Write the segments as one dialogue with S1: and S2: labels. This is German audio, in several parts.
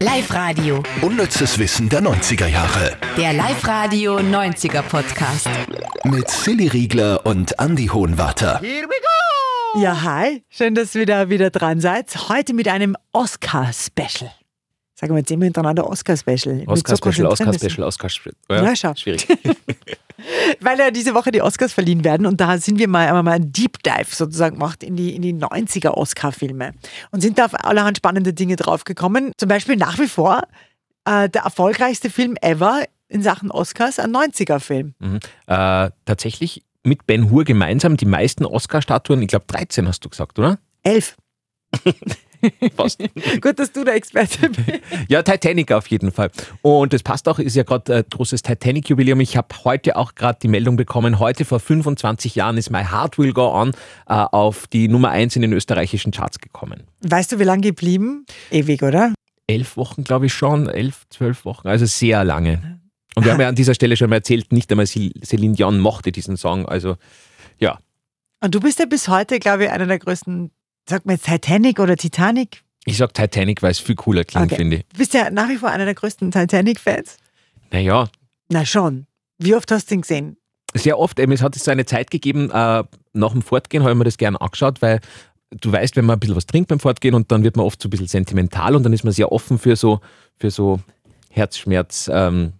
S1: Live-Radio.
S2: Unnützes Wissen der 90er Jahre.
S1: Der Live-Radio 90er Podcast.
S2: Mit Silly Riegler und Andy Hohenwarter.
S3: Ja, hi. Schön, dass ihr da wieder dran seid. Heute mit einem Oscar-Special. Sagen wir jetzt immer hintereinander Oscar-Special. Mit
S4: Oscar-Special,
S3: so konzentrierten
S4: Oscar-Special, Oscar-Special.
S3: Ja, schau.
S4: Schwierig.
S3: Weil ja diese Woche die Oscars verliehen werden und da sind wir mal einmal mal einen Deep Dive sozusagen gemacht in die, in die 90er Oscar-Filme und sind da auf allerhand spannende Dinge draufgekommen. Zum Beispiel nach wie vor äh, der erfolgreichste Film ever in Sachen Oscars, ein 90er-Film.
S4: Mhm. Äh, tatsächlich mit Ben Hur gemeinsam die meisten Oscar-Statuen, ich glaube 13 hast du gesagt, oder?
S3: Elf.
S4: Fast.
S3: Gut, dass du der Experte bist.
S4: ja, Titanic auf jeden Fall. Und das passt auch, ist ja gerade äh, großes Titanic-Jubiläum. Ich habe heute auch gerade die Meldung bekommen, heute vor 25 Jahren ist My Heart Will Go On äh, auf die Nummer 1 in den österreichischen Charts gekommen.
S3: Weißt du, wie lange geblieben? Ewig, oder?
S4: elf Wochen, glaube ich schon, elf, zwölf Wochen, also sehr lange. Und wir haben ja an dieser Stelle schon mal erzählt, nicht einmal Cel- Celine Dion mochte diesen Song, also ja.
S3: Und du bist ja bis heute, glaube ich, einer der größten, sag mal jetzt Titanic oder Titanic.
S4: Ich sag Titanic, weil es viel cooler klingt,
S3: Okay.
S4: finde ich.
S3: Du bist ja nach wie vor einer der größten Titanic-Fans.
S4: Naja,
S3: Na schon. Wie oft hast du ihn gesehen?
S4: sehr oft, ähm, es hat so eine Zeit gegeben, äh, nach dem Fortgehen habe ich mir das gerne angeschaut, weil du weißt, wenn man ein bisschen was trinkt beim Fortgehen und dann wird man oft so ein bisschen sentimental und dann ist man sehr offen für so, für so Herzschmerz. Ähm,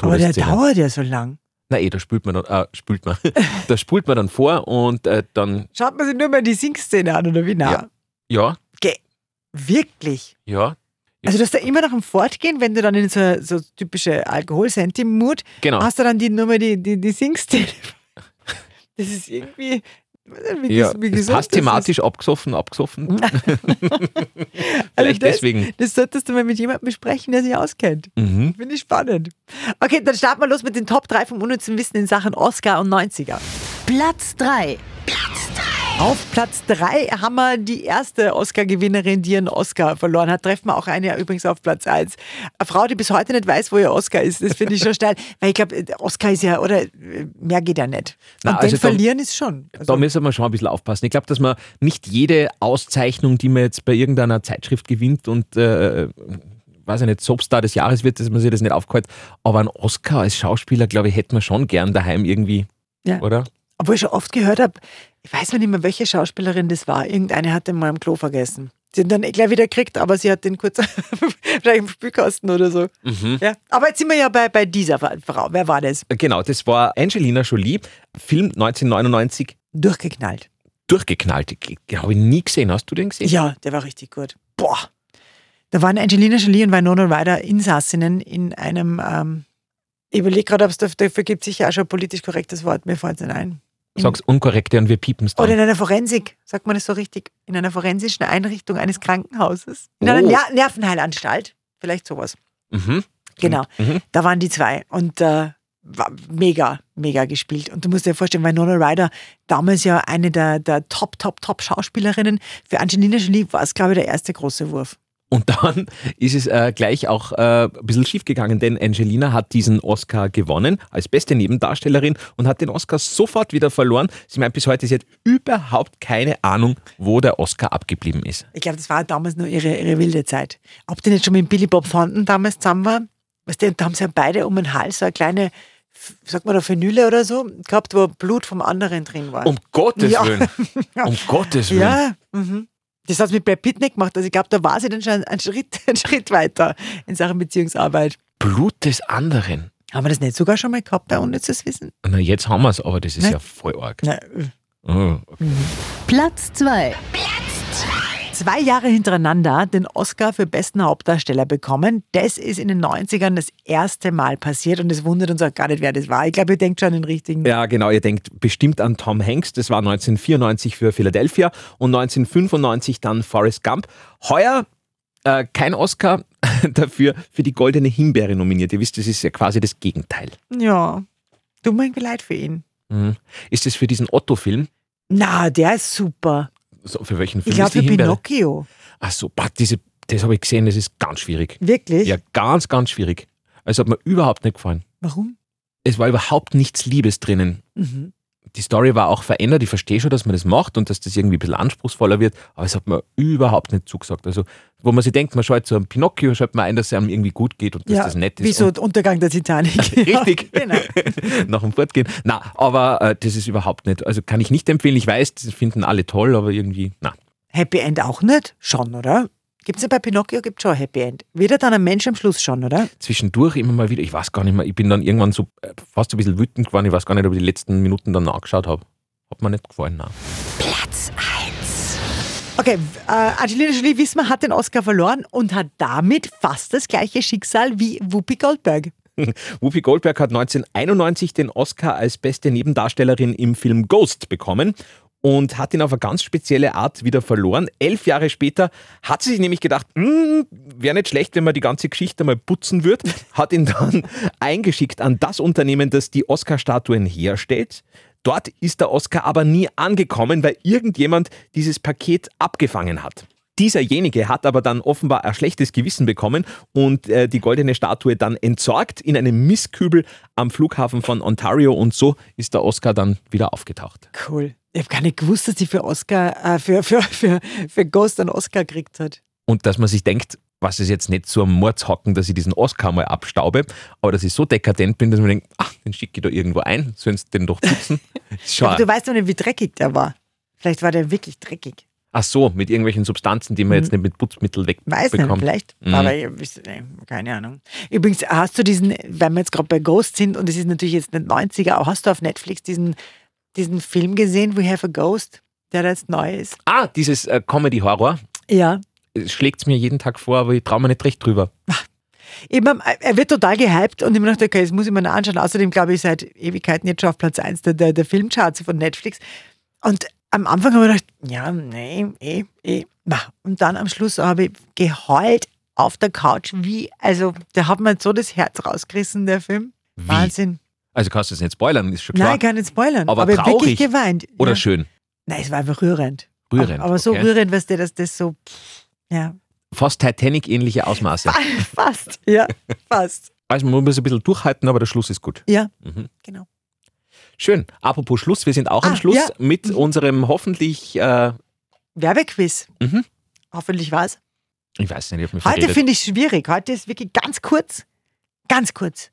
S3: Aber der
S4: Todesszenen.
S3: dauert ja so lang.
S4: Na eh, da spült man dann, äh, spült man, da spult man dann vor und äh, dann,
S3: Schaut man sich nur mal die Singszene an oder wie nah?
S4: Ja. ja,
S3: Wirklich.
S4: ja, Ja.
S3: Also, dass da immer noch am Fortgehen, wenn du dann in so, so typische Alkohol-Sentimut,
S4: genau.
S3: hast du dann die, nur mal die, die, die Singszene. Das ist irgendwie. ich weiß nicht, Wie,
S4: Ja,
S3: ges- wie
S4: es
S3: gesund
S4: passt
S3: das
S4: thematisch abgesoffen, abgesoffen.
S3: ist. Also
S4: Vielleicht
S3: das,
S4: deswegen.
S3: das solltest du mal mit jemandem besprechen, der sich auskennt.
S4: Mhm.
S3: Finde ich spannend. Okay, dann starten wir los mit den Top 3 vom unnützen Wissen in Sachen Oscar und 90er.
S1: Platz 3.
S3: Auf Platz 3 haben wir die erste Oscar-Gewinnerin, die ihren Oscar verloren hat. Treffen wir auch eine übrigens auf Platz 1. Eine Frau, die bis heute nicht weiß, wo ihr Oscar ist, das finde ich schon steil. Weil ich glaube, Oscar ist ja, oder äh, mehr geht ja nicht.
S4: Na,
S3: und
S4: also
S3: den
S4: da-
S3: verlieren ist schon. Also,
S4: Da müssen wir schon ein bisschen aufpassen. Ich glaube, dass man nicht jede Auszeichnung, die man jetzt bei irgendeiner Zeitschrift gewinnt und äh, weiß ich nicht, Substar des Jahres wird, dass man sich das nicht aufgehört. Aber einen Oscar als Schauspieler, glaube ich, hätte man schon gern daheim irgendwie.
S3: Ja.
S4: Oder?
S3: obwohl ich schon oft gehört habe, ich weiß noch nicht mehr, welche Schauspielerin das war. Irgendeine hat den mal im Klo vergessen. Sie hat ihn dann eh gleich wieder gekriegt, aber sie hat den kurz vielleicht im Spülkasten oder so. Ja. Aber jetzt sind wir ja bei, bei dieser Frau. Wer war das?
S4: Genau, das war Angelina Jolie, Film 1999,
S3: Durchgeknallt.
S4: durchgeknallt. Habe ich nie gesehen. Hast du den gesehen?
S3: Ja, der war richtig gut. Boah. Da waren Angelina Jolie und Winona Ryder Insassinnen in einem, ähm, ich überlege gerade, ob es dafür gibt, sicher auch schon ein politisch korrektes Wort, mir fällt es nicht ein.
S4: Sag's Unkorrekte und wir piepen's
S3: Oder
S4: dann.
S3: in einer Forensik, sagt man das so richtig, in einer forensischen Einrichtung eines Krankenhauses, in
S4: Oh.
S3: einer Ner Nervenheilanstalt, vielleicht sowas.
S4: Mhm.
S3: Genau,
S4: Mhm.
S3: da waren die zwei und äh, war mega, mega gespielt. Und du musst dir vorstellen, Winona Ryder, damals ja eine der, der Top, Top, Top Schauspielerinnen, für Angelina Jolie war es, glaube ich, der erste große Wurf.
S4: Und dann ist es äh, gleich auch äh, ein bisschen schief gegangen, denn Angelina hat diesen Oscar gewonnen als beste Nebendarstellerin und hat den Oscar sofort wieder verloren. Sie meint bis heute, sie hat überhaupt keine Ahnung, wo der Oscar abgeblieben ist.
S3: Ich glaube, das war damals nur ihre, ihre wilde Zeit. Ob die nicht schon mit Billy Bob Thornton damals zusammen war? Weißt du, und da haben sie ja beide um den Hals so eine kleine, f- sagt man da, Phenyle oder so gehabt, wo Blut vom anderen drin war.
S4: Um Gottes
S3: Ja.
S4: Willen. Um Gottes Willen.
S3: ja, mhm. das hat mit Brad Pitt nicht gemacht. Also ich glaube, da war sie dann schon einen Schritt, einen Schritt weiter in Sachen Beziehungsarbeit.
S4: Blut des anderen.
S3: Haben wir das nicht sogar schon mal gehabt bei Unnützes Wissen?
S4: Na, jetzt haben wir es, aber das ist
S3: Ne?
S4: ja voll arg.
S3: Na, äh.
S4: Oh, okay.
S1: Platz 2.
S3: zwei Jahre hintereinander den Oscar für besten Hauptdarsteller bekommen. Das ist in den 90ern das erste Mal passiert und es wundert uns auch gar nicht, wer das war. Ich glaube, ihr denkt schon an den richtigen.
S4: Ja, genau, ihr denkt bestimmt an Tom Hanks, das war 1994 für Philadelphia und 1995 dann Forrest Gump. Heuer äh, kein Oscar dafür für die Goldene Himbeere nominiert. Ihr wisst, das ist ja quasi das Gegenteil.
S3: Ja. Tut mir irgendwie leid für ihn.
S4: Mhm. Ist das für diesen Otto-Film?
S3: Na, der ist super.
S4: So, für welchen Film
S3: Ich glaube,
S4: ist die
S3: für
S4: Himbeere?
S3: Pinocchio.
S4: Ach so, bah, diese, das habe ich gesehen, das ist ganz schwierig.
S3: Wirklich?
S4: Ja, ganz, ganz schwierig. Also hat mir überhaupt nicht gefallen.
S3: Warum?
S4: Es war überhaupt nichts Liebes drinnen.
S3: Mhm.
S4: die Story war auch verändert. Ich verstehe schon, dass man das macht und dass das irgendwie ein bisschen anspruchsvoller wird, aber es hat mir überhaupt nicht zugesagt. Also, wo man sich denkt, man schaut so einen Pinocchio, schaut man ein, dass es einem irgendwie gut geht und dass das nett ist.
S3: Wie so
S4: und
S3: der Untergang der Titanic.
S4: Richtig.
S3: Ja, genau.
S4: nach dem Fortgehen. Na, aber äh, das ist überhaupt nicht. Also kann ich nicht empfehlen. Ich weiß, das finden alle toll, aber irgendwie, na.
S3: Happy End auch nicht? Schon, oder? Gibt es ja bei Pinocchio gibt's schon ein Happy End. Wieder dann ein Mensch am Schluss schon, oder?
S4: Zwischendurch immer mal wieder, ich weiß gar nicht mehr, ich bin dann irgendwann so äh, fast ein bisschen wütend geworden. Ich weiß gar nicht, ob ich die letzten Minuten dann nachgeschaut habe. Hat mir nicht gefallen, nein.
S3: Okay, äh, Angelina Jolie, wissen wir, hat den Oscar verloren und hat damit fast das gleiche Schicksal wie Whoopi Goldberg.
S4: Whoopi Goldberg hat 1991 den Oscar als beste Nebendarstellerin im Film Ghost bekommen und hat ihn auf eine ganz spezielle Art wieder verloren. Elf Jahre später hat sie sich nämlich gedacht, wäre nicht schlecht, wenn man die ganze Geschichte mal putzen würde, hat ihn dann eingeschickt an das Unternehmen, das die Oscar-Statuen herstellt. Dort ist der Oscar aber nie angekommen, weil irgendjemand dieses Paket abgefangen hat. Dieserjenige hat aber dann offenbar ein schlechtes Gewissen bekommen und äh, die goldene Statue dann entsorgt in einem Mistkübel am Flughafen von Ontario und so ist der Oscar dann wieder aufgetaucht.
S3: Cool. Ich habe gar nicht gewusst, dass sie für Oscar, äh, für, für, für, für Ghost einen Oscar gekriegt hat.
S4: Und dass man sich denkt, was ist jetzt nicht so am Mordshocken, dass ich diesen Oscar mal abstaube, aber dass ich so dekadent bin, dass man denkt, ach, den schicke ich da irgendwo ein, sollen sie den doch putzen.
S3: Aber du
S4: Schade.
S3: weißt doch nicht, wie dreckig der war. Vielleicht war der wirklich dreckig.
S4: Ach so, mit irgendwelchen Substanzen, die man jetzt nicht mit Putzmittel
S3: Mhm. Weiß nicht,
S4: wegbekommt.
S3: vielleicht.
S4: Mhm.
S3: Aber ich, ich, nee, keine Ahnung. Übrigens, hast du diesen, weil wir jetzt gerade bei Ghost sind und es ist natürlich jetzt nicht 90er, aber hast du auf Netflix diesen, diesen Film gesehen, We Have a Ghost, der da jetzt neu ist?
S4: Ah, dieses äh, Comedy-Horror
S3: Ja.
S4: schlägt es mir jeden Tag vor, aber ich traue mir nicht recht drüber.
S3: Eben, er wird total gehypt und ich mir dachte, okay, das muss ich mir noch anschauen. Außerdem glaube ich seit Ewigkeiten jetzt schon auf Platz 1 der, der, der Filmcharts von Netflix. Und am Anfang habe ich gedacht, ja, nee, eh, eh. Na, und dann am Schluss habe ich geheult auf der Couch, wie, also, der hat mir jetzt so das Herz rausgerissen, der Film.
S4: Wie?
S3: Wahnsinn.
S4: Also kannst du es nicht spoilern, ist schon
S3: Nein,
S4: klar.
S3: ich kann nicht spoilern.
S4: Aber
S3: Aber, ich habe wirklich
S4: traurig
S3: geweint.
S4: Oder
S3: ja.
S4: schön.
S3: Nein, es war einfach rührend.
S4: Rührend.
S3: Aber, aber so
S4: okay.
S3: rührend, weißt du, dass das so, pff, ja,
S4: Fast Titanic-ähnliche Ausmaße.
S3: Ah. fast, ja, fast.
S4: Also man muss ein bisschen durchhalten, aber der Schluss ist gut.
S3: Ja,
S4: Mhm.
S3: genau.
S4: Schön. Apropos Schluss, wir sind auch am
S3: Ah,
S4: Schluss
S3: ja.
S4: mit unserem hoffentlich, äh,
S3: Werbequiz.
S4: Mhm.
S3: Hoffentlich war's.
S4: ich weiß nicht, ich hab mich
S3: Heute
S4: verredet.
S3: finde ich es schwierig. Heute ist wirklich ganz kurz, ganz kurz.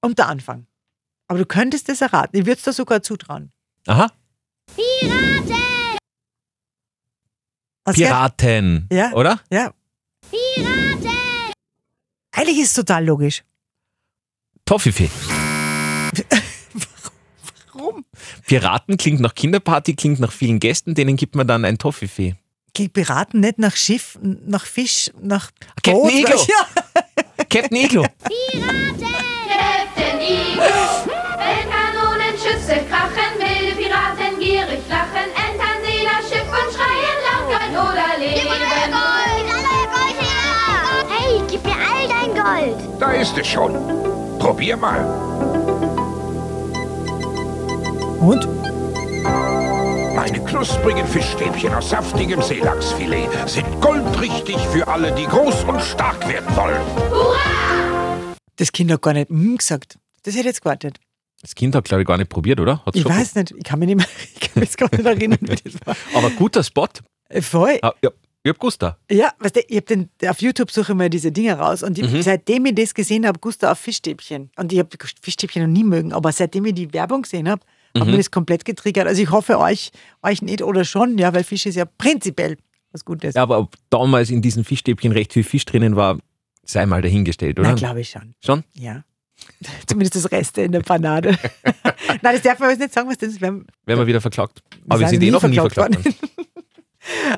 S3: Und der Anfang. Aber du könntest es erraten. Ich würde es dir sogar zutrauen.
S4: Aha,
S3: Was, gell?
S4: Piraten,
S3: Ja.
S4: oder?
S3: Ja. Eigentlich ist es total logisch.
S4: Toffifee.
S3: Warum?
S4: Piraten klingt nach Kinderparty, klingt nach vielen Gästen, denen gibt man dann ein Toffifee.
S3: Klingt Piraten nicht nach Schiff, n- nach Fisch, nach
S4: Captain
S3: Boot?
S4: Iglo.
S3: was- Ja.
S4: Captain Iglo.
S5: Captain Iglo. Wenn Kanonenschüsse krachen, wilde Piraten gierig lachen, entern sie das Schiff und schreien laut Gold oder Leben.
S6: Hey, gib mir all dein Gold.
S7: Da ist es schon. Probier mal.
S3: Und?
S7: Meine knusprigen Fischstäbchen aus saftigem Seelachsfilet sind goldrichtig für alle, die groß und stark werden wollen.
S3: Das Kind hat gar nicht mm gesagt. Das hätte ich jetzt gewartet.
S4: Das Kind hat, glaube ich, gar nicht probiert, oder? Hat's
S3: Ich
S4: schon
S3: weiß nicht. Ich kann mich nicht mehr, ich kann mich jetzt gar nicht erinnern, wie das war.
S4: probiert. Aber guter Spot.
S3: Äh, Voll.
S4: Ah, ja. Ich hab gewusst da.
S3: Ja, weißt du, ich hab den, auf YouTube suche ich mal diese Dinger raus und ich, seitdem ich das gesehen habe, Gustav auf Fischstäbchen. Und ich habe Fischstäbchen noch nie mögen, aber seitdem ich die Werbung gesehen habe, hat mir das komplett getriggert. Also ich hoffe euch, euch nicht oder schon, ja, weil Fisch ist ja prinzipiell was Gutes.
S4: Ja, aber ob damals in diesen Fischstäbchen recht viel Fisch drinnen war, sei mal dahingestellt, oder?
S3: Na, glaube ich schon.
S4: Schon?
S3: Ja. Zumindest das Reste in der Panade. Nein, das darf man jetzt nicht sagen, was das ist. Wir haben-
S4: Werden wir wieder verklagt. Aber wir
S3: sind
S4: sind
S3: nie
S4: eh noch nie
S3: verklagt
S4: verklagt worden.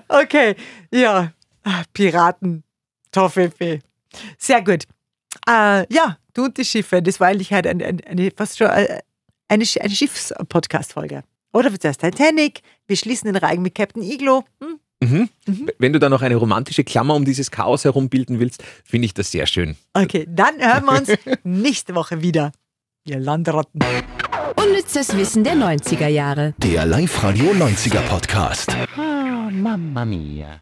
S3: Okay, ja. Ah, Piraten, Toffifee. Sehr gut. Äh, ja, du und die Schiffe, das war eigentlich halt eine, eine, eine fast schon äh, eine, Sch- eine Schiffs-Podcast-Folge. Oder wird das Titanic? Wir schließen den Reigen mit Captain Iglo. Hm?
S4: Wenn du da noch eine romantische Klammer um dieses Chaos herum bilden willst, finde ich das sehr schön.
S3: Okay, dann hören wir uns nächste Woche wieder. Ihr Landratten.
S1: Unnützes Wissen der 90er Jahre.
S2: Der Live-Radio 90er Podcast.
S8: Mamma mia.